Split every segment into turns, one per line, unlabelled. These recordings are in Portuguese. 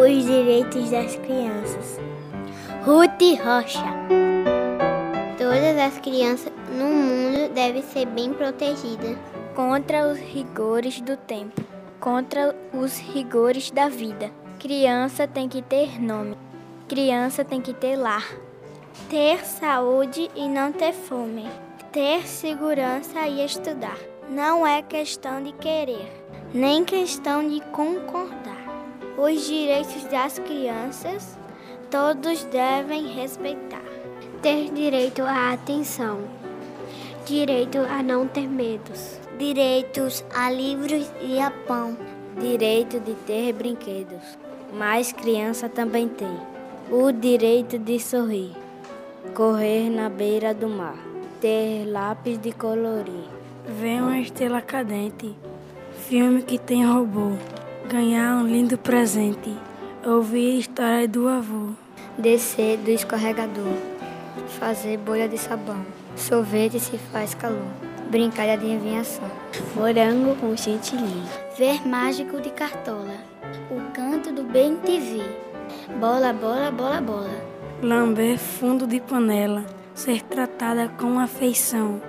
Os direitos das crianças. Ruth Rocha. Todas as crianças no mundo devem ser bem protegidas
contra os rigores do tempo, contra os rigores da vida. Criança tem que ter nome, criança tem que ter lar,
ter saúde e não ter fome, ter segurança e estudar. Não é questão de querer, nem questão de concordar. Os direitos das crianças todos devem respeitar. Ter direito à atenção, direito a não ter medos, direitos a livros e a pão,
direito de ter brinquedos, mas criança também tem o direito de sorrir, correr na beira do mar, ter lápis de colorir,
Ver uma estrela cadente, filme que tem robô, ganhar um lindo presente, ouvir história do avô.
descer do escorregador, fazer bolha de sabão, sorvete se faz calor, brincar de adivinhação, morango com chantilly.
ver mágico de cartola, o canto do bem TV, bola, bola, bola, bola.
Lamber fundo de panela, ser tratada com afeição.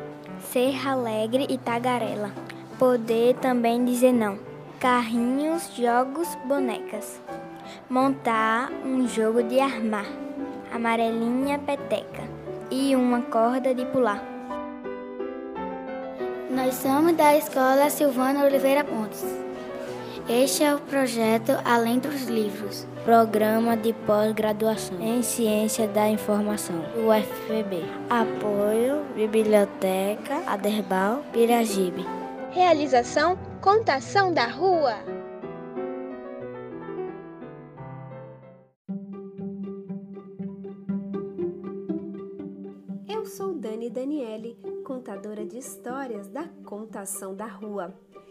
ser alegre e tagarela, poder também dizer não. Carrinhos, jogos, bonecas. Montar um jogo de armar, amarelinha peteca e uma corda de pular.
Nós somos da Escola Silvana Oliveira Pontes. Este é o projeto Além dos Livros.
Programa de pós-graduação em Ciência da Informação, UFPB. Apoio Biblioteca Aderbal Piragibe.
Realização Contação da Rua.
Eu sou Dani Daniele, contadora de histórias da Contação da Rua.